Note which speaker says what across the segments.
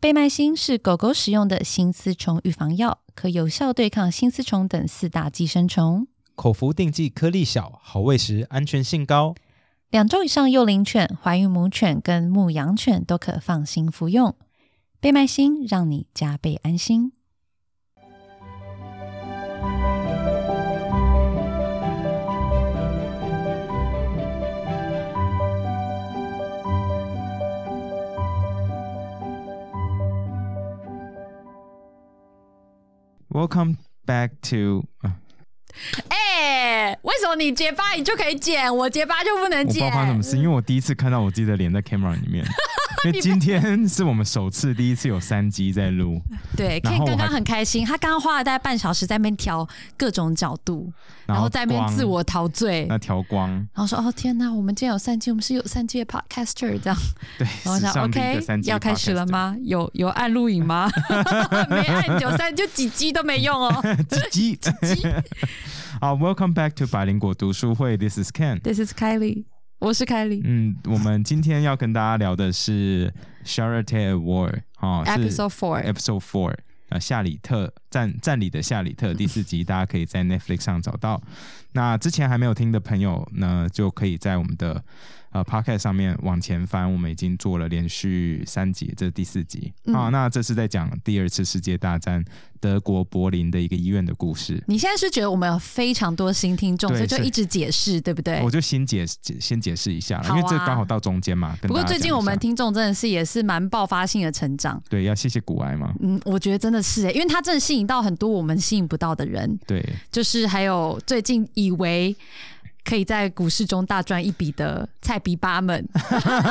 Speaker 1: 贝麦星是狗狗使用的新丝虫预防药，可有效对抗新丝虫等四大寄生虫。
Speaker 2: 口服定剂颗粒小，好喂食，安全性高。
Speaker 1: 两周以上幼龄犬、怀孕母犬跟牧羊犬都可放心服用。贝麦星让你加倍安心。
Speaker 2: Welcome back to，、啊、
Speaker 3: 哎、为什么你结巴你就可以剪，我结巴就不能
Speaker 2: 我不知
Speaker 3: 剪
Speaker 2: 道？发生什么事，因为我第一次看到我自己的脸在 camera 里面。因为今天是我们首次第一次有三集在 录，
Speaker 3: 对，
Speaker 2: 然
Speaker 3: K
Speaker 2: 后我
Speaker 3: 刚
Speaker 2: 还
Speaker 3: 刚很开心，他刚刚花了大概半小时在那边调各种角度，然
Speaker 2: 后哎
Speaker 3: 在那边
Speaker 2: 光
Speaker 3: 自我陶醉，
Speaker 2: 那调光，
Speaker 3: 然后说：“哦天哪，我们今天有三季，我们是有三季的 podcaster 这样。”
Speaker 2: 对，
Speaker 3: 然后
Speaker 2: 史
Speaker 3: 想
Speaker 2: 上第一
Speaker 3: ：“OK，
Speaker 2: 个三集
Speaker 3: 要开始了
Speaker 2: podcast？
Speaker 3: 吗？有有按录影吗？ 没按九三就几集都没用哦。
Speaker 2: 鸡鸡
Speaker 3: 鸡。
Speaker 2: 好，Welcome back to 百灵果读书会，This is Ken。
Speaker 3: This is Kylie，我是 Kylie。
Speaker 2: 嗯，我们今天要跟大家聊的是 Charity Award 哦是
Speaker 3: Episode Four，
Speaker 2: Episode Four，呃，夏里特站站里的夏里特第四集，大家可以在 Netflix 上找到。那之前还没有听的朋友呢，就可以在我们的呃 Podcast 上面往前翻，我们已经做了连续三集，这是第四集啊、
Speaker 3: 嗯
Speaker 2: 那这是在讲第二次世界大战德国柏林的一个医院的故事。
Speaker 3: 你现在是觉得我们有非常多新听众，
Speaker 2: 对
Speaker 3: 所以就是一直解释，对不对
Speaker 2: 我？就先解解先解释一下了，因
Speaker 3: 好
Speaker 2: 为
Speaker 3: 啊
Speaker 2: 这刚好到中间嘛。跟
Speaker 3: 不过
Speaker 2: 大家
Speaker 3: 最近
Speaker 2: 讲一
Speaker 3: 我们
Speaker 2: 下
Speaker 3: 听众真的是也是蛮爆发性的成长，
Speaker 2: 对要谢谢古埃嘛，
Speaker 3: 嗯，我觉得真的是耶，因为他真的吸引到很多我们吸引不到的人，
Speaker 2: 对
Speaker 3: 就是还有最近以为可以在股市中大赚一笔的菜逼吧们，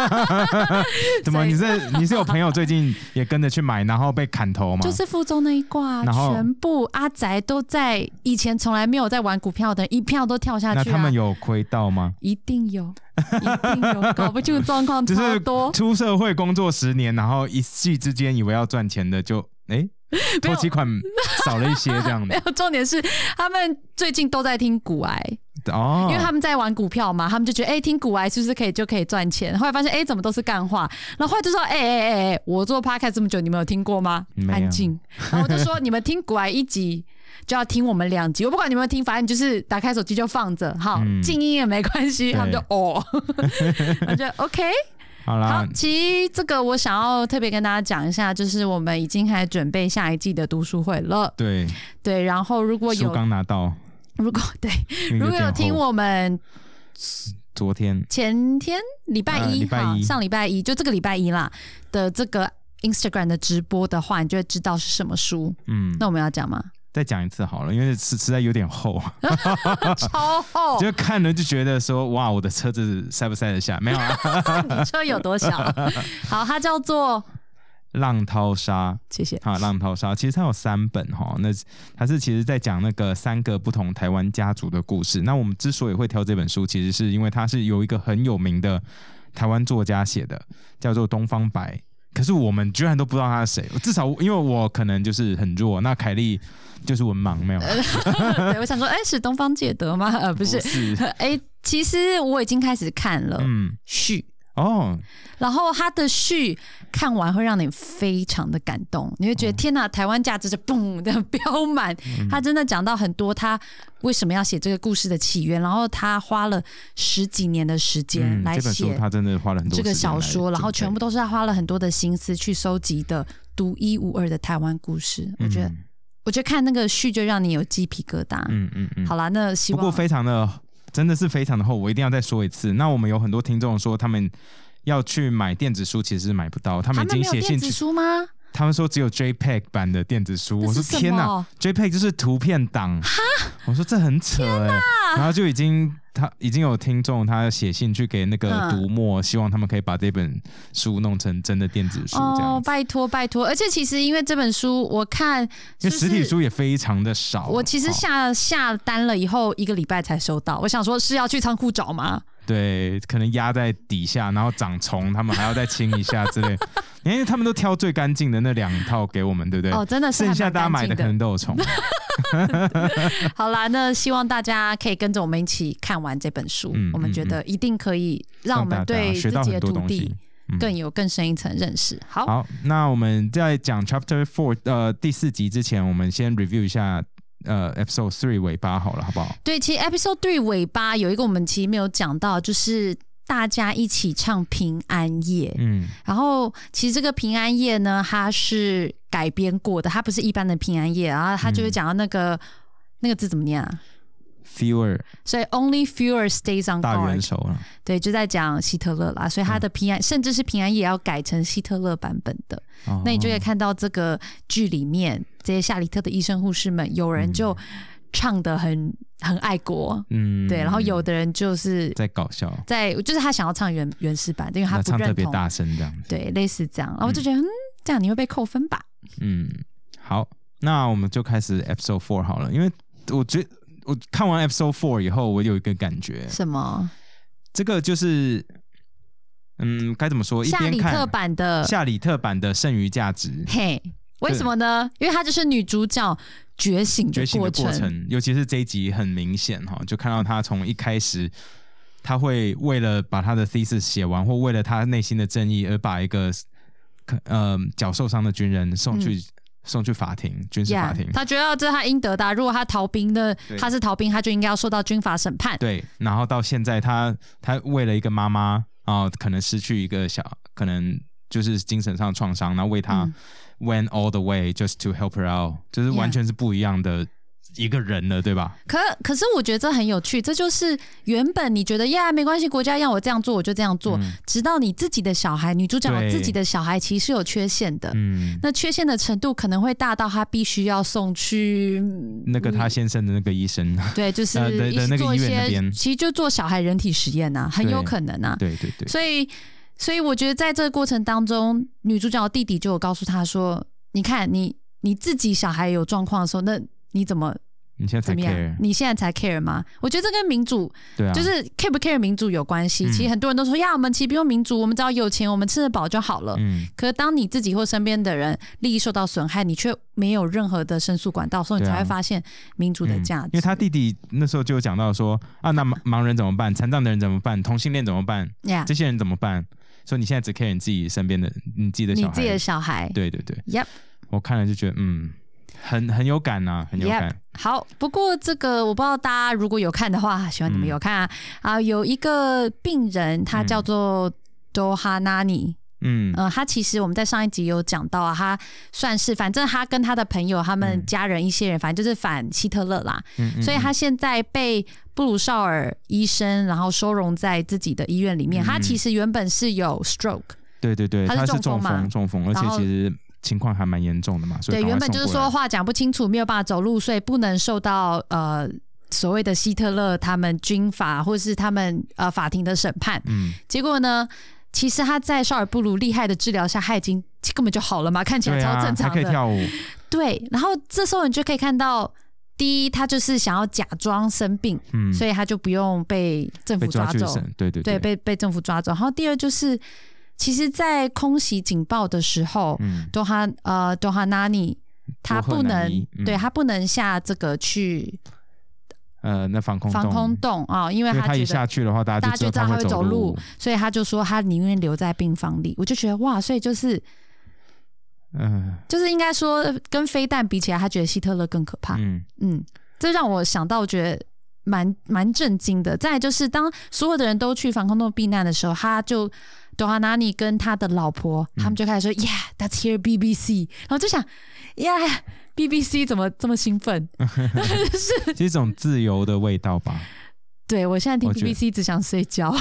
Speaker 2: 怎么
Speaker 3: 所以
Speaker 2: 你是你是有朋友最近也跟着去买，然后被砍头吗？
Speaker 3: 就是附中那一挂，
Speaker 2: 然后
Speaker 3: 全部阿宅都在以前从来没有在玩股票的人，一票都跳下
Speaker 2: 那
Speaker 3: 去、啊，
Speaker 2: 他们有亏到吗？
Speaker 3: 一定有，一定有，搞不清楚状况
Speaker 2: 就
Speaker 3: 超
Speaker 2: 是
Speaker 3: 多，
Speaker 2: 出社会工作十年，然后一夕之间以为要赚钱的就，哎，
Speaker 3: 没
Speaker 2: 头
Speaker 3: 有
Speaker 2: 期款少了一些这样
Speaker 3: 没
Speaker 2: 的
Speaker 3: 有，重点是他们最近都在听股癌，
Speaker 2: 哦，
Speaker 3: 因为他们在玩股票嘛，他们就觉得哎、诶听股癌是不是可以就可以赚钱？后来发现哎、诶怎么都是干话，然后后来就说哎哎哎哎，我做 podcast 这么久，你们有听过吗
Speaker 2: 没？有 嗯
Speaker 3: 安静。然后我就说你们听股癌一集。就要听我们两集，我不管你们有没有听，反正你就是打开手机就放着，好，
Speaker 2: 嗯
Speaker 3: 静音也没关系。
Speaker 2: 对
Speaker 3: 他们就哦， 我就 OK，
Speaker 2: 好
Speaker 3: 好
Speaker 2: 啦，，
Speaker 3: 其实这个我想要特别跟大家讲一下，就是我们已经开始准备下一季的读书会了。
Speaker 2: 对，
Speaker 3: 对，然后如果
Speaker 2: 书
Speaker 3: 有
Speaker 2: 刚拿到，
Speaker 3: 如果 对
Speaker 2: 因为
Speaker 3: 如果
Speaker 2: 点
Speaker 3: 有听
Speaker 2: 厚
Speaker 3: 我们
Speaker 2: 昨天，
Speaker 3: 前天礼拜
Speaker 2: 呃
Speaker 3: 一
Speaker 2: 礼拜
Speaker 3: 哈
Speaker 2: 一
Speaker 3: 上礼拜一就这个礼拜一啦的这个 Instagram 的直播的话，你就会知道是什么书。
Speaker 2: 嗯，
Speaker 3: 那我们要讲吗？
Speaker 2: 再讲一次好了，因为实实在有点厚，
Speaker 3: 哦超厚，
Speaker 2: 啊就看了就觉得说，哇，我的车子塞不塞得下？没有啊，
Speaker 3: 你车有多小？ 好，它叫做
Speaker 2: 浪淘沙。
Speaker 3: 谢 谢。
Speaker 2: 啊，《浪淘沙》其实它有三本哈，那它是其实在讲那个三个不同台湾家族的故事。那我们之所以会挑这本书，其实是因为它是由一个很有名的台湾作家写的，叫做东方白。可是我们居然都不知道他是谁，至少因为我可能就是很弱，那凯莉就是文盲，没有？
Speaker 3: 对，我想说，哎、是东方解德吗？呃呃，不是， 哎、其实我已经开始看了
Speaker 2: 哦嗯，
Speaker 3: 序，
Speaker 2: 哦，
Speaker 3: 然后它的序看完会让你非常的感动，你会觉得、天
Speaker 2: 嗯
Speaker 3: 哪，台湾价值是嘣的 飙满。他真的讲到很多他为什么要写这个故事的起源，然后他花了十几年的时间
Speaker 2: 嗯，
Speaker 3: 来
Speaker 2: 这本书
Speaker 3: 写
Speaker 2: 他真的花了很多
Speaker 3: 这个
Speaker 2: 时间
Speaker 3: 小
Speaker 2: 来
Speaker 3: 说，然后
Speaker 2: 准
Speaker 3: 全部
Speaker 2: 备
Speaker 3: 都是他花了很多的心思去收集的独一无二的台湾故事。我觉得，
Speaker 2: 嗯
Speaker 3: 我觉得看那个序就让你有鸡皮疙瘩。
Speaker 2: 嗯嗯嗯，
Speaker 3: 好啦，那希
Speaker 2: 不过
Speaker 3: 望
Speaker 2: 非常的，真的是非常的厚，我一定要再说一次。那我们有很多听众说他们。要去买电子书，其实是买不到。他们
Speaker 3: 他
Speaker 2: 已
Speaker 3: 们
Speaker 2: 经
Speaker 3: 没有
Speaker 2: 写
Speaker 3: 电
Speaker 2: 信
Speaker 3: 子
Speaker 2: 去，
Speaker 3: 书吗？
Speaker 2: 他们说只有 JPEG 版的电子书。
Speaker 3: 这
Speaker 2: 我说
Speaker 3: 是什
Speaker 2: 天哪
Speaker 3: 么？
Speaker 2: ，JPEG 就是图片档。我说这很扯哎、然后就已经他已经有听众他写信去给那个
Speaker 3: 嗯
Speaker 2: 读墨，希望他们可以把这本书弄成真的电子书这样
Speaker 3: 哦，
Speaker 2: 子。
Speaker 3: 拜托拜托！而且其实因为这本书，我看
Speaker 2: 因
Speaker 3: 就
Speaker 2: 为
Speaker 3: 是
Speaker 2: 实体书也非常的少。
Speaker 3: 我其实
Speaker 2: 哦
Speaker 3: 下下单了以后一个礼拜才收到，我想说是要去仓库找吗？
Speaker 2: 对，可能压在底下，然后长虫，他们还要再清一下之类。 因为他们都挑最干净的那两套给我们，对不对？
Speaker 3: 哦，真的是
Speaker 2: 剩下
Speaker 3: 还蛮
Speaker 2: 大家买的
Speaker 3: 干
Speaker 2: 可
Speaker 3: 净
Speaker 2: 能都有虫。
Speaker 3: 好啦，那希望大家可以跟着我们一起看完这本书，
Speaker 2: 嗯
Speaker 3: 我们觉得一定可以让我
Speaker 2: 大
Speaker 3: 们
Speaker 2: 家
Speaker 3: 对
Speaker 2: 学
Speaker 3: 自
Speaker 2: 到
Speaker 3: 己
Speaker 2: 很
Speaker 3: 的
Speaker 2: 多
Speaker 3: 土
Speaker 2: 东
Speaker 3: 地
Speaker 2: 西。嗯
Speaker 3: 更有更深一层认识。好，
Speaker 2: 好，那我们在讲 Chapter Four 呃第四集之前，我们先 review 一下呃 Episode Three 尾巴好了，好不好？
Speaker 3: 对，其实 Episode Three 尾巴有一个我们其实没有讲到，就是大家一起唱平安夜。
Speaker 2: 嗯，
Speaker 3: 然后其实这个平安夜呢，它是改编过的，它不是一般的平安夜。然后它就会讲到那个、
Speaker 2: 嗯
Speaker 3: 那个字怎么念啊？
Speaker 2: fewer
Speaker 3: 所以 Only fewer stays on
Speaker 2: 大元
Speaker 3: guard。
Speaker 2: 首了，
Speaker 3: 对，就在讲希特勒啦，所以他的平安、甚至是平安夜也要改成希特勒版本的。
Speaker 2: 哦
Speaker 3: 那你就可以看到这个剧里面这些夏里特的医生护士们，有人就唱的很很爱国，
Speaker 2: 嗯
Speaker 3: 对，然后有的人就是
Speaker 2: 在搞笑，
Speaker 3: 在就是他想要唱原原始版的，因为他
Speaker 2: 那
Speaker 3: 不
Speaker 2: 唱特
Speaker 3: 认
Speaker 2: 别
Speaker 3: 同，
Speaker 2: 大声这样子，
Speaker 3: 对，类似这样，然后我就觉得嗯这样你会被扣分吧？
Speaker 2: 嗯，好，那我们就开始 Episode Four 好了，因为我觉得我看完 Episode Four 以后，我有一个感觉，
Speaker 3: 什么
Speaker 2: 这个就是嗯该怎么说，一
Speaker 3: 夏
Speaker 2: 边
Speaker 3: 里特
Speaker 2: 看
Speaker 3: 版的？
Speaker 2: 夏里特版的剩余价值，
Speaker 3: 嘿，为什么呢？因为他就是女主角觉醒
Speaker 2: 觉
Speaker 3: 的
Speaker 2: 醒的过程，尤其是这一集很明显哈，就看到他从一开始，他会为了把他的 thesis 写完，或为了他内心的正义而把一个呃脚受伤的军人送去、送去法庭，军事法
Speaker 3: 嗯 Yeah，
Speaker 2: 庭。
Speaker 3: 他觉得这是他应得的啊、如果他逃兵的
Speaker 2: 对，
Speaker 3: 他是逃兵，他就应该要受到军法审判。
Speaker 2: 对，然后到现在他他为了一个妈妈啊、可能失去一个小，可能就是精神上的创伤，然后为他、
Speaker 3: 嗯
Speaker 2: went all the way just to help her out，就是完
Speaker 3: Yeah
Speaker 2: 全是不一样的一个人了，对吧？
Speaker 3: 可可是我觉得这很有趣，这就是原本你觉得呀没关系，国家要我这样做我就这样做，
Speaker 2: 嗯
Speaker 3: 直到你自己的小孩，女主角
Speaker 2: 对
Speaker 3: 自己的小孩其实有缺陷的，
Speaker 2: 嗯，
Speaker 3: 那缺陷的程度可能会大到她必须要送去，嗯
Speaker 2: 那个他先生的那个医生，
Speaker 3: 对，就是
Speaker 2: 呃的
Speaker 3: 一
Speaker 2: 的那
Speaker 3: 起
Speaker 2: 个
Speaker 3: 做一
Speaker 2: 医院那
Speaker 3: 些，
Speaker 2: 边
Speaker 3: 其实就做小孩人体实验呐、很有
Speaker 2: 对
Speaker 3: 可能啊，
Speaker 2: 对对对，
Speaker 3: 所以，所以我觉得在这个过程当中，女主角的弟弟就有告诉她说：“你看，你你自己小孩有状况的时候，那你怎么
Speaker 2: 你现在
Speaker 3: 怎
Speaker 2: 才
Speaker 3: 么样
Speaker 2: care，
Speaker 3: 你现在才 care 吗？”我觉得这跟民主、
Speaker 2: 对啊，
Speaker 3: 就是 care 不 care 民主有关系。
Speaker 2: 嗯
Speaker 3: 其实很多人都说：“呀，我们其实不用民主，我们只要有钱，我们吃得饱就好了。
Speaker 2: 嗯，
Speaker 3: 可是当你自己或身边的人利益受到损害，你却没有任何的申诉管道的时候，你
Speaker 2: 对啊
Speaker 3: 才会发现民主的
Speaker 2: 嗯
Speaker 3: 价值。
Speaker 2: 因为他弟弟那时候就有讲到说啊，那盲盲人怎么办？残障的人怎么办？同性恋怎么办？
Speaker 3: 呀
Speaker 2: 这些人怎么办？所以你现在只 care 你自己身边的你自己的
Speaker 3: 你
Speaker 2: 小
Speaker 3: 自己的
Speaker 2: 孩，
Speaker 3: 小孩。
Speaker 2: 对对对，
Speaker 3: Yep
Speaker 2: 我看了就觉得嗯，很很有感呐，很有
Speaker 3: Yep
Speaker 2: 感，
Speaker 3: 好，不过这个我不知道大家如果有看的话，希望你们
Speaker 2: 嗯
Speaker 3: 有看啊。啊，有一个病人，他叫做多哈纳尼，
Speaker 2: 嗯
Speaker 3: 呃，他其实我们在上一集有讲到啊，他算是反正他跟他的朋友、他们
Speaker 2: 嗯
Speaker 3: 家人一些人，反正就是反希特勒啦，
Speaker 2: 嗯，嗯
Speaker 3: 所以他现在被布鲁绍尔医生然后收容在自己的医院里面。
Speaker 2: 嗯
Speaker 3: 他其实原本是有 stroke，
Speaker 2: 对对对，
Speaker 3: 他是
Speaker 2: 他是
Speaker 3: 中风
Speaker 2: 中
Speaker 3: 嘛
Speaker 2: 风中风，而
Speaker 3: 然
Speaker 2: 且
Speaker 3: 后
Speaker 2: 其实情况还蛮严重的嘛，所以
Speaker 3: 对，
Speaker 2: 赶快
Speaker 3: 原本就是
Speaker 2: 送过来
Speaker 3: 说话讲不清楚，没有办法走路，所以不能受到呃所谓的希特勒他们军法或是他们呃法庭的审判。
Speaker 2: 嗯，
Speaker 3: 结果呢，其实他在绍尔布鲁厉害的治疗下，他已经根本就好了嘛，看起来
Speaker 2: 对
Speaker 3: 超
Speaker 2: 啊，
Speaker 3: 正
Speaker 2: 还
Speaker 3: 常
Speaker 2: 可以
Speaker 3: 的。
Speaker 2: 跳舞，
Speaker 3: 对，然后这时候你就可以看到。第一，他就是想要假装生病，
Speaker 2: 嗯，
Speaker 3: 所以他就不用被政
Speaker 2: 被
Speaker 3: 府
Speaker 2: 抓去
Speaker 3: 走。
Speaker 2: 审，对对
Speaker 3: 对，
Speaker 2: 对，
Speaker 3: 被被政府抓走。然后第二就是，其实，在空袭警报的时候，
Speaker 2: 嗯
Speaker 3: 多哈呃多哈纳尼，他
Speaker 2: 多赫
Speaker 3: 不
Speaker 2: 纳
Speaker 3: 能
Speaker 2: 尼、嗯
Speaker 3: 对他不能下这个去
Speaker 2: 呃，那防空
Speaker 3: 防
Speaker 2: 洞
Speaker 3: 空洞啊、因为
Speaker 2: 因为
Speaker 3: 他
Speaker 2: 他一
Speaker 3: 觉得，
Speaker 2: 下去的话，大
Speaker 3: 大
Speaker 2: 家
Speaker 3: 家就
Speaker 2: 就
Speaker 3: 知道
Speaker 2: 他
Speaker 3: 他
Speaker 2: 会
Speaker 3: 会走
Speaker 2: 路
Speaker 3: 路。所以他就说他宁愿留在病房里。我就觉得哇，所以就是
Speaker 2: 嗯
Speaker 3: 就是应该说跟飞弹比起来，他觉得希特勒更可怕。
Speaker 2: 嗯，
Speaker 3: 嗯，这让我想到，我觉得蛮蛮震惊的。再来就是，当所有的人都去防空洞避难的时候，他就多哈纳尼跟他的老婆，他们
Speaker 2: 嗯
Speaker 3: 就开始说、y e a h that's here BBC。”然后就想，“Yeah，BBC 怎么这么兴奋？
Speaker 2: 是一种自由的味道吧？
Speaker 3: 对我现在听
Speaker 2: 我觉得
Speaker 3: BBC 只想睡 觉。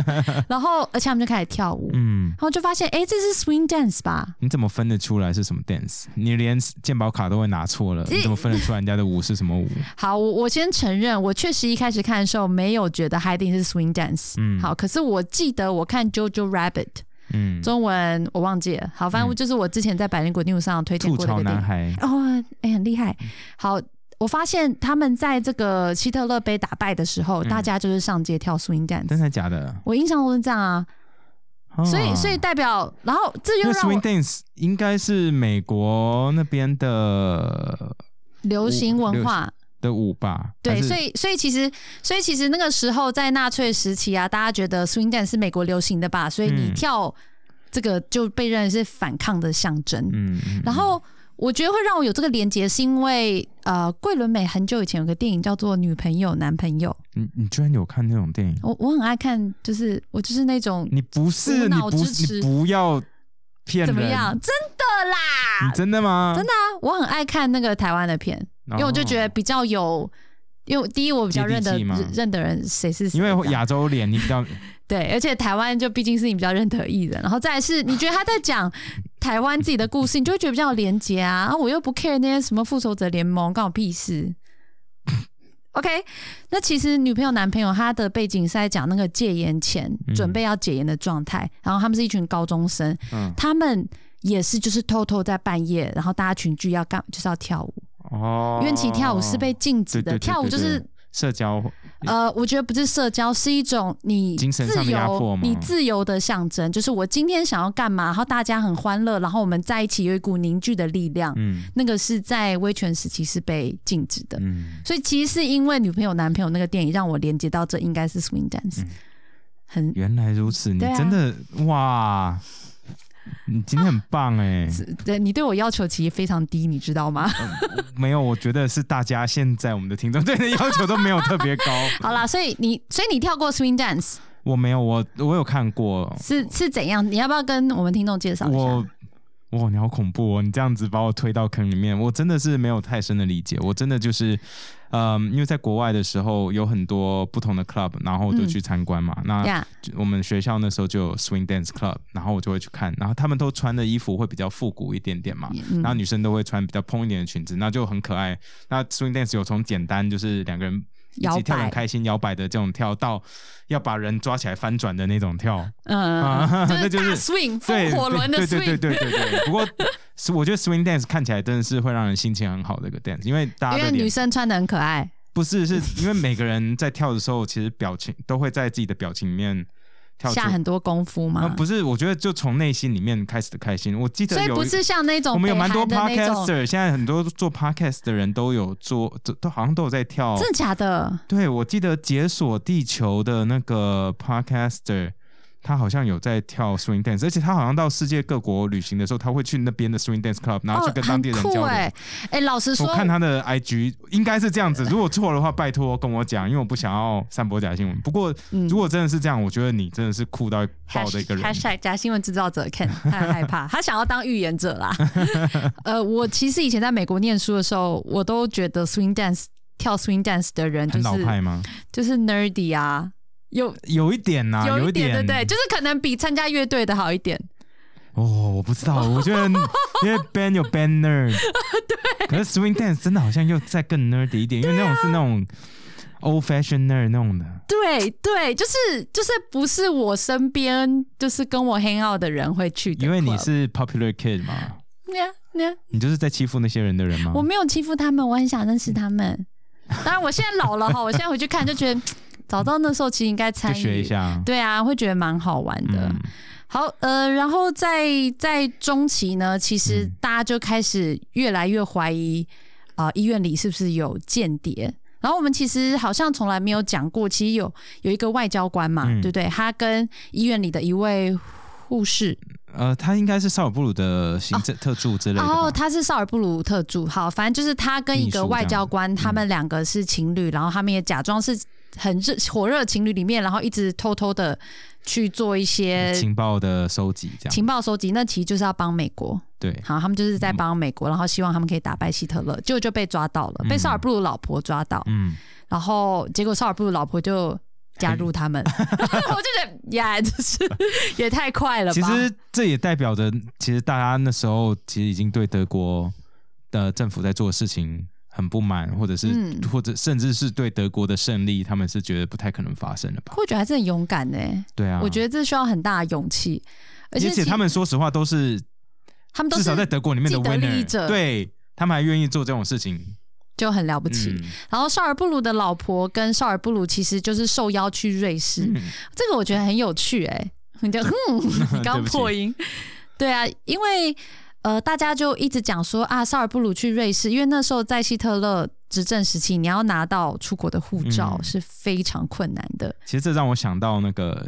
Speaker 3: 然后，而且他们就开始跳舞，
Speaker 2: 嗯，
Speaker 3: 然后就发现，哎，这是 swing dance 吧？
Speaker 2: 你怎么分得出来是什么 dance？你连鉴宝卡都会拿 错了，你怎么分得出来人家的舞是什么舞？
Speaker 3: 好，我我先承认，我确实一开始看的时候没有觉得它一定是 swing dance。
Speaker 2: 嗯，
Speaker 3: 好，，可是我记得我看 JoJo Rabbit。
Speaker 2: 嗯，
Speaker 3: 中文我忘记了，好，反正
Speaker 2: 嗯
Speaker 3: 就是我之前在百灵果 news 上推荐
Speaker 2: 吐
Speaker 3: 过的一
Speaker 2: 槽
Speaker 3: 个电
Speaker 2: 男
Speaker 3: 影。
Speaker 2: 孩，
Speaker 3: 哦，哎、很厉害。好，我发现他们在这个希特勒被打败的时候，
Speaker 2: 嗯
Speaker 3: 大家就是上街跳 swing dance。
Speaker 2: 真的假的？
Speaker 3: 我印象中是这样啊，
Speaker 2: 哦
Speaker 3: 所以所以代表，然后这
Speaker 2: 那
Speaker 3: 就让
Speaker 2: swing
Speaker 3: 我
Speaker 2: dance 应该是美国那边的
Speaker 3: 流行文化。
Speaker 2: 的舞吧？
Speaker 3: 对，
Speaker 2: 还是
Speaker 3: 所以所以其实所以其实那个时候在纳粹时期啊，大家觉得 swing dance 是美国流行的吧，所以你
Speaker 2: 嗯
Speaker 3: 跳这个就被认为是反抗的象征。
Speaker 2: 嗯，嗯
Speaker 3: 然后我觉得会让我有这个连接，是因为呃，桂纶镁很久以前有个电影叫做《女朋友男朋友》，
Speaker 2: 你你居然有看那种电影？
Speaker 3: 我我很爱看，就是我就是那种
Speaker 2: 你不是
Speaker 3: 无
Speaker 2: 你
Speaker 3: 脑
Speaker 2: 不
Speaker 3: 支持
Speaker 2: 你不要骗人，
Speaker 3: 怎么样，真的啦，
Speaker 2: 你真的吗？
Speaker 3: 真
Speaker 2: 的，
Speaker 3: 我很爱看那个台湾的片，因为我就觉
Speaker 2: 哦
Speaker 3: 得比较有。因为第一，我比较认
Speaker 2: 接
Speaker 3: 得
Speaker 2: 地气吗
Speaker 3: 认得人谁是谁，
Speaker 2: 因
Speaker 3: 这
Speaker 2: 为
Speaker 3: 样
Speaker 2: 亚洲脸你 比较
Speaker 3: 对，而且台湾就毕竟是你比较认得艺人，然后再来是你觉得他在讲台湾自己的故事，你就会觉得比较有连结啊。啊，我又不 care 那些什么复仇者联盟，关我屁事。OK，那其实女朋友男朋友他的背景是在讲那个戒严前、
Speaker 2: 嗯
Speaker 3: 准备要戒严的状态，然后他们是一群高中生，
Speaker 2: 嗯
Speaker 3: 他们也是就是偷偷在半夜，然后大家群聚要干就是要跳舞，
Speaker 2: 哦，
Speaker 3: 因为其实跳舞是被禁止的，
Speaker 2: 对对对
Speaker 3: 跳舞就
Speaker 2: 对
Speaker 3: 是
Speaker 2: 社交
Speaker 3: 呃，我觉得不是社交，是一种你
Speaker 2: 精神
Speaker 3: 自
Speaker 2: 上的压迫
Speaker 3: 由
Speaker 2: 吗，
Speaker 3: 你自由的象征。就是我今天想要干嘛，然后大家很欢乐，然后我们在一起有一股凝聚的力量。
Speaker 2: 嗯
Speaker 3: 那个是在威权时期是被禁止的，
Speaker 2: 嗯，
Speaker 3: 所以其实是因为女朋友男朋友那个电影让我连接到这应该是 swing dance，、
Speaker 2: 嗯
Speaker 3: 很
Speaker 2: 原来如此，你
Speaker 3: 对啊
Speaker 2: 真的哇，你今天很棒哎、
Speaker 3: 对你对我要求其实非常低，你知道 吗？
Speaker 2: 没有，我觉得是大家现在我们的听众对你的要求都没有特别高。
Speaker 3: 好啦，所以你所以你跳过 swing dance
Speaker 2: 我没有，我我有看过，
Speaker 3: 是是怎样？你要不要跟我们听众介绍一下
Speaker 2: 我？哇，你好恐怖哦！你这样子把我推到坑里面，我真的是没有太深的理解。我真的就是，嗯，因为在国外的时候有很多不同的 club，然后我就
Speaker 3: 嗯
Speaker 2: 去参观嘛。那
Speaker 3: 呀
Speaker 2: 就我们学校那时候就有 swing dance club，然后我就会去看，然后他们都穿的衣服会比较复古一点点嘛，
Speaker 3: 嗯
Speaker 2: 然后女生都会穿比较蓬一点的裙子，那就很可爱。那 swing dance 有从简单就是两个人一
Speaker 3: 摇
Speaker 2: 起跳
Speaker 3: 摆
Speaker 2: 得很开心摇摆的这种跳，到要把人抓起来翻转的那种跳，啊
Speaker 3: 嗯，
Speaker 2: 那
Speaker 3: 就
Speaker 2: 就是
Speaker 3: 大
Speaker 2: 是
Speaker 3: swing 风
Speaker 2: 对
Speaker 3: 火轮的 swing，
Speaker 2: 对对对对对对对。不过是我觉得 swing dance 看起来真的是会让人心情很好的一个 dance，因为大
Speaker 3: 因
Speaker 2: 家的
Speaker 3: 为女
Speaker 2: 脸
Speaker 3: 生穿的很可爱，
Speaker 2: 不是是因为每个人在跳的时候，其实表情都会在自己的表情里面跳出
Speaker 3: 下很多功夫嘛，
Speaker 2: 啊，不是，我觉得就从内心里面开始的开心。我记得
Speaker 3: 所以
Speaker 2: 有
Speaker 3: 不
Speaker 2: 一
Speaker 3: 是像那种
Speaker 2: 我们有
Speaker 3: 北
Speaker 2: 蛮多
Speaker 3: 韩的那种，
Speaker 2: podcaster，现在很多做 podcast 的人都有做，都都好像都有在跳。
Speaker 3: 真的假的？
Speaker 2: 对，我记得解锁地球的那个 podcaster。他好像有在跳 swing dance，而且他好像到世界各国旅行的时候，他会去那边的 swing dance club，然后去
Speaker 3: 哦，
Speaker 2: 跟当
Speaker 3: 很
Speaker 2: 地人交
Speaker 3: 酷
Speaker 2: 流。
Speaker 3: 哎、哎、老实说
Speaker 2: 我，看他的 IG 应该是这样子，如果错的话，拜托跟我讲，因为我不想要散播假新闻。不过
Speaker 3: 嗯
Speaker 2: 如果真的是这样，我觉得你真的是酷到爆的一个人。
Speaker 3: hashtag 假新闻制造者 Ken，他很害怕，他想要当预言者啦。呃，我其实以前在美国念书的时候，我都觉得 swing dance 跳 swing dance 的人就
Speaker 2: 很老
Speaker 3: 是
Speaker 2: 派吗？
Speaker 3: 就是 nerdy 啊，有
Speaker 2: 啊有一点呐、
Speaker 3: 有
Speaker 2: 一
Speaker 3: 一点对
Speaker 2: 点，
Speaker 3: 不对？就是可能比参加乐队的好一点。
Speaker 2: 哦，我不 知道，我觉得因为 band 有 band nerd，对，可是 swing dance 真的好像又再更 nerdy 一
Speaker 3: 啊
Speaker 2: 点，因为那种是那种 old fashion nerd 那种的。
Speaker 3: 对对，就是就是不是我身边就是跟我 hang out 的人会去的 club，
Speaker 2: 因为你是嗯 popular kid 嘛，
Speaker 3: 呀呀，
Speaker 2: 你就是在欺负那些人的人吗？
Speaker 3: 啊我没有欺负他们，我很想认识他们。当然，我现在老了哈，我现在回去看就觉得，早知道那时候其实应该参
Speaker 2: 就
Speaker 3: 与
Speaker 2: 学一。下，
Speaker 3: 对啊，会觉得蛮好玩的。
Speaker 2: 嗯，
Speaker 3: 好，呃，然后在在中期呢，其实
Speaker 2: 嗯
Speaker 3: 大家就开始越来越怀疑啊、医院里是不是有间谍。然后我们其实好像从来没有讲过，其实有有一个外交官嘛，
Speaker 2: 嗯
Speaker 3: 对不对？他跟医院里的一位护士，
Speaker 2: 呃，他应该是绍尔布鲁的行政特助之类的吧，
Speaker 3: 哦，他是绍尔布鲁特助。好，反正就是他跟一个外交官，他们两个是情侣，然后他们也假装是很热火热的情侣里面，然后一直偷偷的去做一些
Speaker 2: 情报的收集这样，
Speaker 3: 情报收集。那其实就是要帮美国。
Speaker 2: 对，
Speaker 3: 好，他们就是
Speaker 2: 嗯
Speaker 3: 在帮美国，然后希望他们可以打败希特勒，结果就被抓到了，被
Speaker 2: 嗯
Speaker 3: 绍尔布鲁老婆抓到，
Speaker 2: 嗯，
Speaker 3: 然后结果绍尔布鲁老婆就。加入他们，
Speaker 2: 哎
Speaker 3: 我就觉得呀，这 是也太快了吧！
Speaker 2: 其实这也代表着，其实大家那时候其实已经对德国的政府在做的事情很不满，或者是、
Speaker 3: 嗯
Speaker 2: 或者甚至是对德国的胜利，他们是觉得不太可能发生了吧？
Speaker 3: 我觉得还是很勇敢呢、
Speaker 2: 对啊，
Speaker 3: 我觉得这需要很大的勇气，而
Speaker 2: 而
Speaker 3: 且其
Speaker 2: 且他们说实话都是
Speaker 3: 他们都
Speaker 2: 至
Speaker 3: 是
Speaker 2: 少在德国里面的
Speaker 3: 既得利益
Speaker 2: winner，
Speaker 3: 者
Speaker 2: 对他们还愿意做这种事情，
Speaker 3: 就很了不起。
Speaker 2: 嗯
Speaker 3: 然后绍尔布鲁的老婆跟绍尔布鲁其实就是受邀去瑞士，
Speaker 2: 嗯，
Speaker 3: 这个我觉得很有趣哎、你就 哼，你刚
Speaker 2: 对不起
Speaker 3: 破音，对啊，因为呃，大家就一直讲说啊，绍尔布鲁去瑞士，因为那时候在希特勒执政时期，你要拿到出国的护照
Speaker 2: 嗯
Speaker 3: 是非常困难的。
Speaker 2: 其实这让我想到那个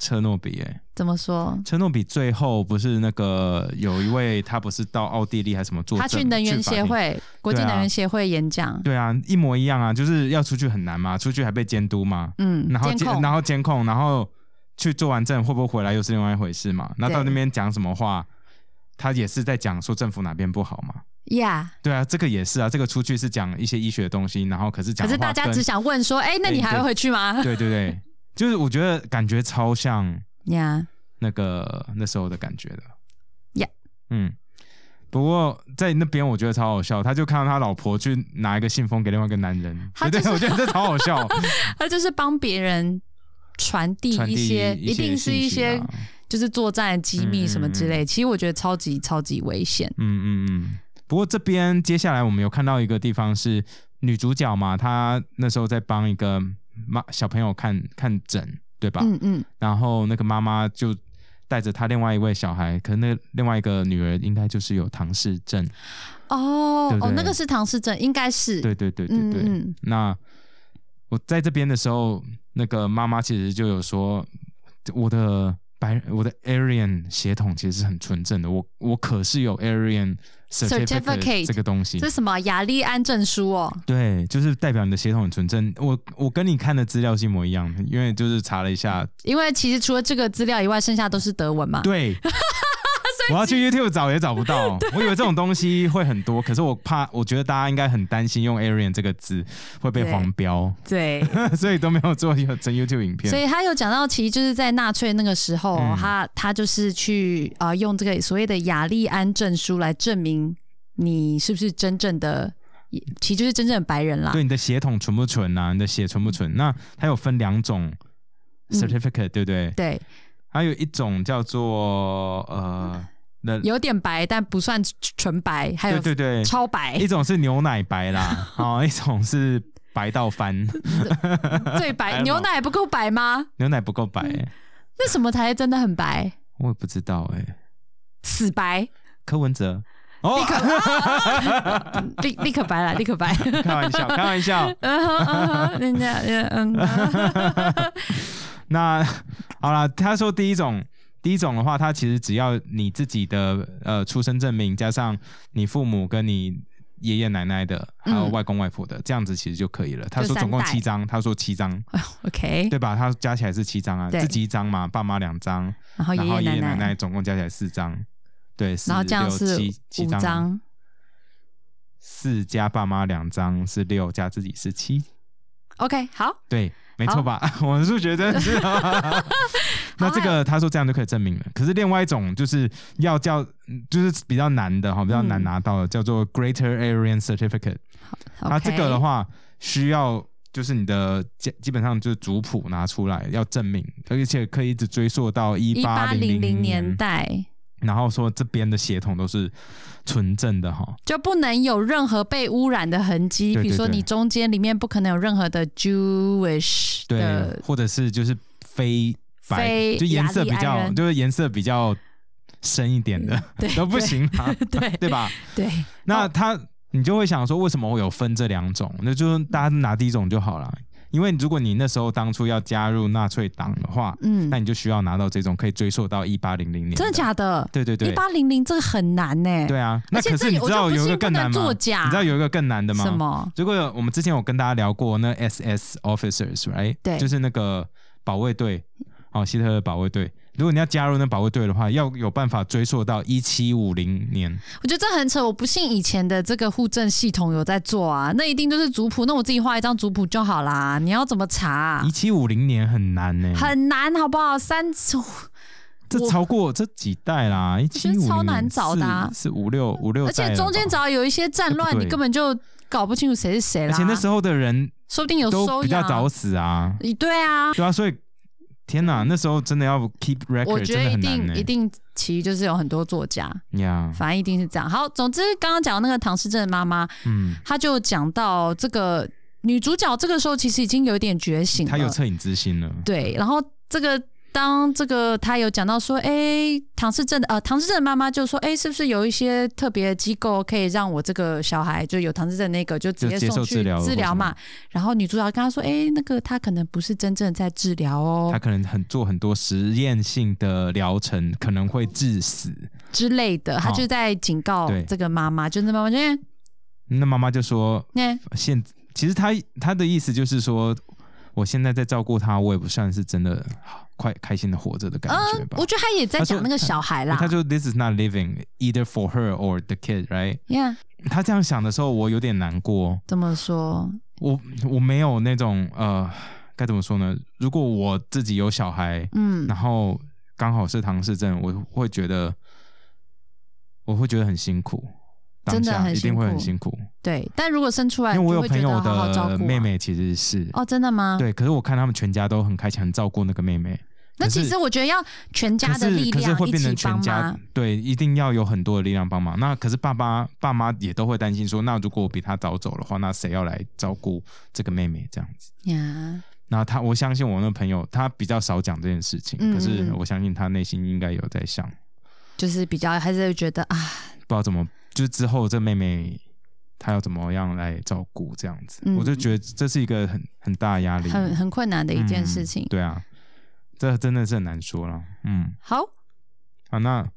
Speaker 2: 车诺比、欸，哎，
Speaker 3: 怎么说？
Speaker 2: 车诺比最后不是那个有一位他不是到奥地利还是什么做
Speaker 3: 他去能源协。会、国际
Speaker 2: 对啊
Speaker 3: 能源协会演讲，
Speaker 2: 对啊，一模一样啊，就是要出去很难嘛，出去还被监督嘛，
Speaker 3: 嗯，
Speaker 2: 然后
Speaker 3: 监控，
Speaker 2: 然后监控，然后去做完证会不会回来又是另外一回事嘛。那到
Speaker 3: 对
Speaker 2: 那边讲什么话，他也是在讲说政府哪边不好嘛。
Speaker 3: 呀、
Speaker 2: 对啊，这个也是啊，这个出去是讲一些医学的东西，然后可是
Speaker 3: yeah,，可
Speaker 2: 讲的
Speaker 3: 是
Speaker 2: 话
Speaker 3: 大家
Speaker 2: 跟
Speaker 3: 只想问说，哎、那
Speaker 2: 哎
Speaker 3: 你还
Speaker 2: 对
Speaker 3: 会回去吗？
Speaker 2: 对对对，就是我觉得感觉超像
Speaker 3: 呀
Speaker 2: 那个那时候的感觉的。
Speaker 3: Yeah
Speaker 2: 嗯。不过在那边我觉得超好笑，他就看到他老婆去拿一个信封给另外一个男人，
Speaker 3: 他
Speaker 2: 对
Speaker 3: 就是
Speaker 2: 对，我觉得这超好笑，
Speaker 3: 他就是帮别人传递
Speaker 2: 传递
Speaker 3: 一些，
Speaker 2: 一
Speaker 3: 定是一
Speaker 2: 信息
Speaker 3: 些
Speaker 2: 啊
Speaker 3: 就是作战机
Speaker 2: 嗯
Speaker 3: 密什么之类。其实我觉得超级超级危险。
Speaker 2: 嗯嗯嗯。不过这边接下来我们有看到一个地方是女主角嘛，她那时候在帮一个妈小朋友看看诊，对吧？
Speaker 3: 嗯嗯，
Speaker 2: 然后那个妈妈就带着她另外一位小孩，可能那另外一个女儿应该就是有唐氏症，
Speaker 3: 嗯哦
Speaker 2: 对不
Speaker 3: 哦
Speaker 2: 对，
Speaker 3: 那个是唐氏症，应该是
Speaker 2: 对对对对对。
Speaker 3: 嗯嗯
Speaker 2: 那我在这边的时候，那个妈妈其实就有说，我的白人我的 Aryan 血统其实是很纯正的，我我可是有 Aryan certificate
Speaker 3: Certificate
Speaker 2: 这个东西
Speaker 3: 这，是什么雅利安证书哦？
Speaker 2: 对，就是代表你的血统很纯正。我我跟你看的资料是一模一样的，因为就是查了一下，
Speaker 3: 因为其实除了这个资料以外，剩下都是德文嘛。
Speaker 2: 对。我要去 YouTube 找也找不到，我以为这种东西会很多，可是我怕，我觉得大家应该很担心用 Aryan 这个字会被
Speaker 3: 对
Speaker 2: 黄标，
Speaker 3: 对，
Speaker 2: 所以都没有做有成 YouTube 影 片。
Speaker 3: 所以他有讲到，其实就是在纳粹那个时候，
Speaker 2: 嗯
Speaker 3: 他他就是去呃用这个所谓的雅利安证书来证明你是不是真正的，其实就是真正的白人啦。
Speaker 2: 对你的血统纯不纯啊呐、你的血纯不
Speaker 3: 嗯
Speaker 2: 纯？那它有分两种 certificate，、对不对？
Speaker 3: 对，
Speaker 2: 还有一种叫做呃，那
Speaker 3: 有点白，但不算纯白，嗯还有
Speaker 2: 对对对，
Speaker 3: 超白
Speaker 2: 一，种是牛奶白啦，哦，一种是白到翻，
Speaker 3: 最
Speaker 2: 还
Speaker 3: 白。
Speaker 2: 有什么
Speaker 3: 牛奶不够白吗？
Speaker 2: 牛奶不够白、
Speaker 3: 嗯那什么才真的很白？
Speaker 2: 我也不知道哎、
Speaker 3: 死 白，
Speaker 2: 柯文哲，哦
Speaker 3: 立，刻、嗯立立刻白了，立刻白。
Speaker 2: 开玩笑，开玩笑。
Speaker 3: 嗯哼嗯哼，人家嗯嗯，
Speaker 2: 那好啦，他说第一种，第一种的话，他其实只要你自己的呃出生证明，加上你父母跟你爷爷奶奶的，还有
Speaker 3: 嗯
Speaker 2: 外公外婆的，这样子其实就可以了。他
Speaker 3: 就
Speaker 2: 说总共
Speaker 3: 三代
Speaker 2: 七张，他说七张，
Speaker 3: OK。
Speaker 2: 对吧？他加起来是七张啊，
Speaker 3: 对
Speaker 2: 自己一张嘛，爸妈两张，
Speaker 3: 然哦后爷
Speaker 2: 然后爷
Speaker 3: 奶
Speaker 2: 爷奶奶总共加起来四张，对，四
Speaker 3: 然后这样
Speaker 2: 六
Speaker 3: 是
Speaker 2: 七七
Speaker 3: 五
Speaker 2: 张，
Speaker 3: 张，
Speaker 2: 四加爸妈两张是六，加自己是七，
Speaker 3: OK，好，
Speaker 2: 对，没错吧？ 我的数学真的是， 那这个他说这样就可以证明了。可是另外一种就是要叫，就是比较难的哈，比较难
Speaker 3: 嗯
Speaker 2: 拿到的，叫做 Greater Aryan Certificate。那
Speaker 3: OK
Speaker 2: 这个的，话需要。就是你的基基本上就是族谱拿出来要证明，而且可以一直追溯到一
Speaker 3: 一八
Speaker 2: 零
Speaker 3: 零零
Speaker 2: 年
Speaker 3: 年代
Speaker 2: 然后说这边的血统都是纯正的哈，
Speaker 3: 就不能有任何被污染的痕迹，
Speaker 2: 对
Speaker 3: 比如
Speaker 2: 对
Speaker 3: 说
Speaker 2: 对
Speaker 3: 你中间里面不可能有任何的 Jewish
Speaker 2: 对
Speaker 3: 的，
Speaker 2: 或者是就是非白，
Speaker 3: 非
Speaker 2: 就颜色比
Speaker 3: 雅利安
Speaker 2: 较
Speaker 3: 人嗯
Speaker 2: 就是颜色比较深一点的
Speaker 3: 对
Speaker 2: 都不行 啊，
Speaker 3: 对
Speaker 2: 对吧？
Speaker 3: 对
Speaker 2: 那他你就会想说，为什么会有分这两种？那就是大家拿第一种就好了，因为如果你那时候当初要加入纳粹党的话，
Speaker 3: 嗯
Speaker 2: 那，你就需要拿到这种可以追溯到一八零零年，
Speaker 3: 真的？假的？
Speaker 2: 对对
Speaker 3: 一
Speaker 2: 对，
Speaker 3: 八零零这个很难呢，
Speaker 2: 对啊。那
Speaker 3: 而且
Speaker 2: 可
Speaker 3: 这
Speaker 2: 是
Speaker 3: 里
Speaker 2: 你知
Speaker 3: 我就
Speaker 2: 道
Speaker 3: 不
Speaker 2: 有一个
Speaker 3: 信不
Speaker 2: 更难
Speaker 3: 能
Speaker 2: 吗？
Speaker 3: 作
Speaker 2: 你
Speaker 3: 假，
Speaker 2: 知道有一个更难的吗？
Speaker 3: 什么？
Speaker 2: 结果我们之前有跟大家聊过那 SS officers，right？
Speaker 3: 对
Speaker 2: 就是那个保卫队，哦，希特勒保卫队。如果你要加入那保卫队的话，要有办法追溯到一七五零年。
Speaker 3: 我觉得这很扯，我不信以前的这个户政系统有在做啊，那一定就是族谱，那我自己画一张族谱就好啦，你要怎么查啊、
Speaker 2: 一七五零年很难呢、
Speaker 3: 很难，好不好？三
Speaker 2: 这超过这几代啦，一
Speaker 3: 觉
Speaker 2: 七
Speaker 3: 得
Speaker 2: 五
Speaker 3: 超
Speaker 2: 零
Speaker 3: 难
Speaker 2: 年
Speaker 3: 找的啊
Speaker 2: 是五六五六
Speaker 3: 而
Speaker 2: 代了吧，
Speaker 3: 且中间只要有一些战
Speaker 2: 这
Speaker 3: 乱，
Speaker 2: 不对
Speaker 3: 你根本就搞不清楚谁是谁
Speaker 2: 而
Speaker 3: 啦。
Speaker 2: 且那时候的人
Speaker 3: 说不定有
Speaker 2: 都
Speaker 3: 收
Speaker 2: 比较
Speaker 3: 养，
Speaker 2: 早死啊，
Speaker 3: 咦对啊，
Speaker 2: 对啊，所以天哪，那时候真的要 keep
Speaker 3: 嗯我
Speaker 2: record
Speaker 3: 觉得
Speaker 2: 真的
Speaker 3: 一
Speaker 2: 很难呢、
Speaker 3: 定一定，其实就是有很多作家，
Speaker 2: 呀
Speaker 3: 反正一定是这样。好，总之刚刚讲的那个唐诗正的妈妈，
Speaker 2: 嗯，
Speaker 3: 她就讲到这个女主角这个时候其实已经有一点觉醒了，
Speaker 2: 他有恻隐之心了，
Speaker 3: 对，然后这个当这个他有讲到说，哎、唐氏症的呃，唐氏症的妈妈就说，哎、是不是有一些特别的机构可以让我这个小孩就有唐氏症那个就直接
Speaker 2: 就接受
Speaker 3: 送去
Speaker 2: 治疗
Speaker 3: 治
Speaker 2: 或什
Speaker 3: 疗
Speaker 2: 么
Speaker 3: 嘛？然后女主角跟他说，哎、那个他可能不是真正在治疗哦
Speaker 2: 他可能很做很多实验性的疗程，可能会致死。
Speaker 3: 之类的，他
Speaker 2: 哦
Speaker 3: 就在警告
Speaker 2: 对
Speaker 3: 这个妈妈，就那妈妈就嗯哎
Speaker 2: 那妈妈就说
Speaker 3: 那：“
Speaker 2: 现其实他他的意思就是说，我现在在照顾他，我也不算是真的快开心的活着的感觉
Speaker 3: 嗯，
Speaker 2: 吧。
Speaker 3: 我觉得他也在
Speaker 2: 他说
Speaker 3: 讲那个小孩啦，
Speaker 2: 他就 This is not living either for her or the kid, right？
Speaker 3: 呀
Speaker 2: 他这样想的时候，我有点难过。
Speaker 3: 怎么说？
Speaker 2: 我我没有那种呃，该怎么说呢？如果我自己有小孩，
Speaker 3: 嗯
Speaker 2: 然后刚好是唐氏症，我会觉得我会觉得很辛苦，当
Speaker 3: 真的
Speaker 2: 下
Speaker 3: 很
Speaker 2: 一定
Speaker 3: 辛
Speaker 2: 会很
Speaker 3: 苦
Speaker 2: 辛苦。
Speaker 3: 对，但如果生出来，
Speaker 2: 因为我有
Speaker 3: 就会
Speaker 2: 朋
Speaker 3: 觉得
Speaker 2: 友
Speaker 3: 好好照
Speaker 2: 的
Speaker 3: 顾啊
Speaker 2: 妹妹其实是、
Speaker 3: 哦，真的吗？
Speaker 2: 对，可是我看他们全家都很开心，很照顾那个妹妹。
Speaker 3: 那
Speaker 2: 可是
Speaker 3: 其实我觉得要全家
Speaker 2: 可
Speaker 3: 的
Speaker 2: 是
Speaker 3: 力
Speaker 2: 可是
Speaker 3: 量
Speaker 2: 会
Speaker 3: 一
Speaker 2: 变成
Speaker 3: 起
Speaker 2: 全
Speaker 3: 帮
Speaker 2: 家
Speaker 3: 忙。
Speaker 2: 对，一定要有很多的力量帮忙。那可是爸爸爸妈也都会担心说，那如果我比他早走的话，那谁要来照顾这个妹妹这样子？
Speaker 3: 呀。
Speaker 2: 那他，我相信我那个朋友，他比较少讲这件事情，
Speaker 3: 嗯
Speaker 2: 可是
Speaker 3: 嗯嗯
Speaker 2: 我相信他内心应该有在想，
Speaker 3: 就是比较还是会觉得啊，
Speaker 2: 不知道怎么，就是之后这妹妹她要怎么样来照顾这样子，
Speaker 3: 嗯
Speaker 2: 我就觉得这是一个很很大的压力，
Speaker 3: 很很困难的一件事情
Speaker 2: 嗯。对啊，这真的是很难说了。嗯，
Speaker 3: 好，
Speaker 2: 啊，那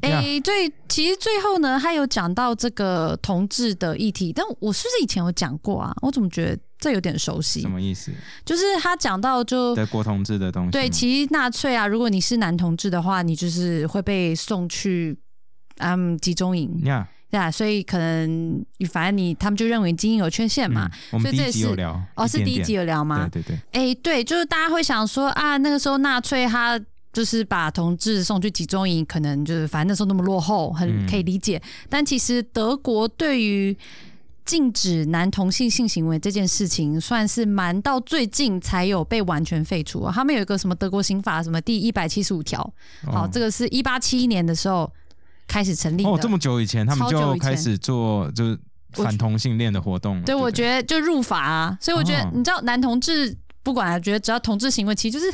Speaker 3: 哎、
Speaker 2: 呀
Speaker 3: 最其实最后呢，他有讲到这个同志的议题，但我是不是以前有讲过啊？我怎么觉得这有点熟悉
Speaker 2: 什？么意思？
Speaker 3: 就是他讲到就
Speaker 2: 德国同志的东西吗，
Speaker 3: 哦对，其实纳粹啊，如果你是男同志的话，你就是会被送去嗯集中营，
Speaker 2: 呀，
Speaker 3: 对啊，所以可能反正你他们就认为基因有缺陷嘛。
Speaker 2: 嗯我
Speaker 3: 所
Speaker 2: 们
Speaker 3: 以
Speaker 2: 第
Speaker 3: 这
Speaker 2: 一集
Speaker 3: 也是
Speaker 2: 有聊，
Speaker 3: 哦，是
Speaker 2: 点
Speaker 3: 第一
Speaker 2: 点
Speaker 3: 集有聊吗？
Speaker 2: 对对对，
Speaker 3: 哎、对，就是大家会想说啊，那个时候纳粹他就是把同志送去集中营，可能就是反正那时候那么落后，很
Speaker 2: 嗯
Speaker 3: 可以理解。但其实德国对于禁止男同性性行为这件事情，算是蛮到最近才有被完全废除、啊。他们有一个什么德国刑法什么第一百七十五条，好，
Speaker 2: 哦
Speaker 3: 这个是一八七一年的时候开始成立的。
Speaker 2: 哦，这么久以前他们
Speaker 3: 超久
Speaker 2: 就
Speaker 3: 以前
Speaker 2: 开始做就是
Speaker 3: 我
Speaker 2: 反同性恋的活动了，
Speaker 3: 对，我
Speaker 2: 不
Speaker 3: 觉得就入法啊，所以我觉得、
Speaker 2: 哦
Speaker 3: 你知道，男同志不管啊，觉得只要同志行为，其实就是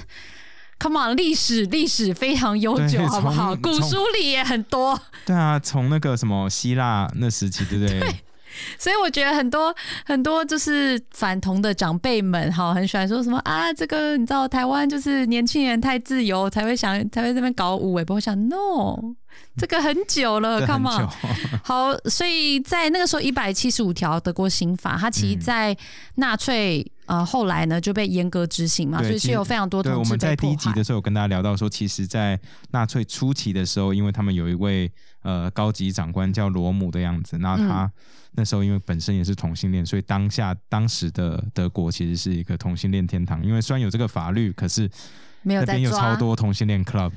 Speaker 3: come on，历史历史非常悠久，
Speaker 2: 对
Speaker 3: 好不好？
Speaker 2: 从
Speaker 3: 古书里也很多，
Speaker 2: 对啊，从那个什么希腊那时期，对 不对？
Speaker 3: 哦所以我觉得很多很多就是反同的长辈们哈，很喜欢说什么啊，这个你知道台湾就是年轻人太自由，才会想才会在那边搞五尾，不会想 no，这个很久了
Speaker 2: 这很
Speaker 3: ，come on
Speaker 2: 久。
Speaker 3: 好，所以在那个时候，一百七十五条德国刑法，它其实
Speaker 2: 嗯
Speaker 3: 在纳粹、呃后来呢就被严格执行嘛，
Speaker 2: 对
Speaker 3: 所以
Speaker 2: 其
Speaker 3: 是
Speaker 2: 实
Speaker 3: 有非常多
Speaker 2: 对，
Speaker 3: 同
Speaker 2: 我
Speaker 3: 志
Speaker 2: 们
Speaker 3: 被
Speaker 2: 在第
Speaker 3: 迫
Speaker 2: 一集
Speaker 3: 害
Speaker 2: 的。时候有跟大家聊到说，其实，在纳粹初期的时候，因为他们有一位呃高级长官叫罗姆的样子，那他
Speaker 3: 嗯
Speaker 2: 那时候因为本身也是同性恋，所以当下当时的德国其实是一个同性恋天堂。因为虽然有这个法律，可是
Speaker 3: 没有
Speaker 2: 那
Speaker 3: 在
Speaker 2: 边有超
Speaker 3: 抓
Speaker 2: 多同性恋 club，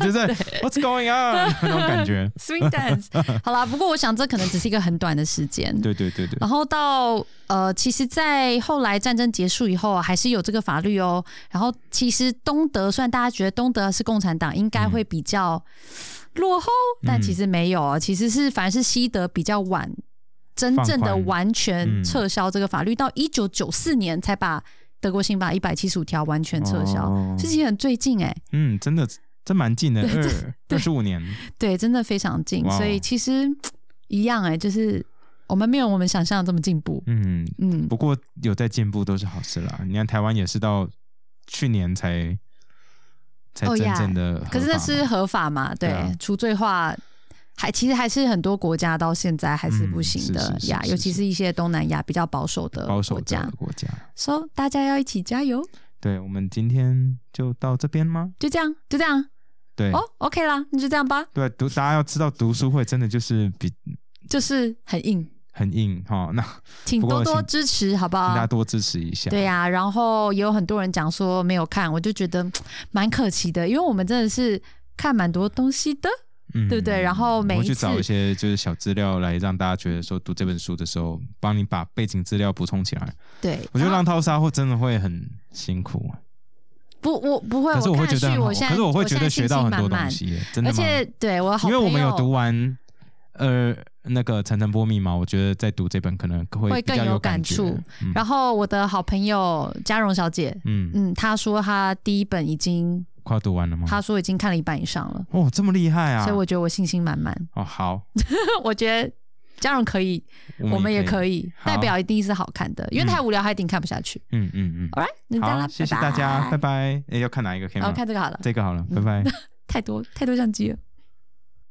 Speaker 2: 就是 What's going on 那种感觉。
Speaker 3: swing dance。好 啦，不过我想这可能只是一个很短的时间。
Speaker 2: 对对对对，
Speaker 3: 然后到呃，其实，在后来战争结束以后啊，还是有这个法律哦。然后其实东德，虽然大家觉得东德是共产党，应该会比较落后，
Speaker 2: 嗯
Speaker 3: 但其实没有啊，其实是反而是西德比较晚，真正
Speaker 2: 放
Speaker 3: 的
Speaker 2: 宽
Speaker 3: 完全
Speaker 2: 嗯
Speaker 3: 撤销这个法律，到一九九四年才把德国刑法一百七十五条完全撤销，
Speaker 2: 哦
Speaker 3: 这其实很最近哎、
Speaker 2: 嗯，真的这蛮 近的，二二十五年，
Speaker 3: 对，真的非常近，
Speaker 2: 哇哦
Speaker 3: 所以其实一样哎、就是我们没有我们想象的这么进步，
Speaker 2: 嗯，
Speaker 3: 嗯。
Speaker 2: 不过有在进步都是好事啦。你看台湾也是到去年才才
Speaker 3: 哦
Speaker 2: 真
Speaker 3: 呀
Speaker 2: 正的合法嘛、
Speaker 3: 可是那是合法嘛？对，
Speaker 2: 对啊
Speaker 3: 除罪化还其实还是很多国家到现在还是不行的
Speaker 2: 嗯是是是
Speaker 3: 呀，
Speaker 2: 是
Speaker 3: 尤其是一些东南亚比较保守的
Speaker 2: 保守
Speaker 3: 国
Speaker 2: 者
Speaker 3: 家
Speaker 2: 的。国家。
Speaker 3: so 大家要一起加油，
Speaker 2: 对，我们今天就到这边吗？
Speaker 3: 就这样，就这样
Speaker 2: 对，
Speaker 3: 哦，OK 啦，那就这样吧，
Speaker 2: 对，读大家要知道，读书会真的就是比
Speaker 3: 就是很硬，
Speaker 2: 很硬哈、 那
Speaker 3: 请
Speaker 2: 不过
Speaker 3: 多多
Speaker 2: 请
Speaker 3: 支持，好不
Speaker 2: 大
Speaker 3: 好
Speaker 2: 家？多支持一下。
Speaker 3: 啊对呀、然后也有很多人讲说没有看，我就觉得嗯蛮可惜的，因为我们真的是看蛮多东西的。
Speaker 2: 嗯
Speaker 3: 对不对然后
Speaker 2: 我
Speaker 3: 每
Speaker 2: 会
Speaker 3: 一
Speaker 2: 去找
Speaker 3: 次
Speaker 2: 一些就是小资料来让大家觉得说读这本书的时候，帮你把背景资料补充起来。
Speaker 3: 对，
Speaker 2: 我觉
Speaker 3: 然
Speaker 2: 得
Speaker 3: 后
Speaker 2: 浪淘沙会真的会很辛苦，
Speaker 3: 不，我不会，
Speaker 2: 可是我会
Speaker 3: 看
Speaker 2: 觉
Speaker 3: 剧，
Speaker 2: 得很好，
Speaker 3: 现在
Speaker 2: 可是我会觉
Speaker 3: 现在
Speaker 2: 得
Speaker 3: 信
Speaker 2: 学到
Speaker 3: 心
Speaker 2: 很多
Speaker 3: 满满
Speaker 2: 东西耶，真的
Speaker 3: 而
Speaker 2: 吗？
Speaker 3: 且对我好朋
Speaker 2: 因为
Speaker 3: 友，
Speaker 2: 我们有读完呃那个层层波密码，我觉得在读这本可能会
Speaker 3: 会
Speaker 2: 比
Speaker 3: 更
Speaker 2: 较
Speaker 3: 有
Speaker 2: 感
Speaker 3: 感
Speaker 2: 觉
Speaker 3: 触。
Speaker 2: 嗯
Speaker 3: 然后我的好朋友嘉荣小姐，
Speaker 2: 嗯，
Speaker 3: 嗯，她说她第一本已经，
Speaker 2: 快要读完了吗？
Speaker 3: 她说已经看了一半以上了，
Speaker 2: 哦，这么厉害啊！
Speaker 3: 所以我觉得我信心满满。
Speaker 2: 哦好，
Speaker 3: 我觉得嘉荣可以，我
Speaker 2: 们
Speaker 3: 们也
Speaker 2: 以。
Speaker 3: 可以，
Speaker 2: 好
Speaker 3: 代表一定是好看的，因为
Speaker 2: 嗯
Speaker 3: 太无聊，她一定看不下去。
Speaker 2: 嗯嗯
Speaker 3: All right，那就
Speaker 2: 嗯，
Speaker 3: 这样啦
Speaker 2: 好，谢谢大家，拜
Speaker 3: 拜。
Speaker 2: 拜。诶要看哪一个可以
Speaker 3: 然
Speaker 2: 吗
Speaker 3: 后？看这个好了，
Speaker 2: 这个好了，
Speaker 3: 嗯
Speaker 2: 拜拜。
Speaker 3: 太多太多相机了。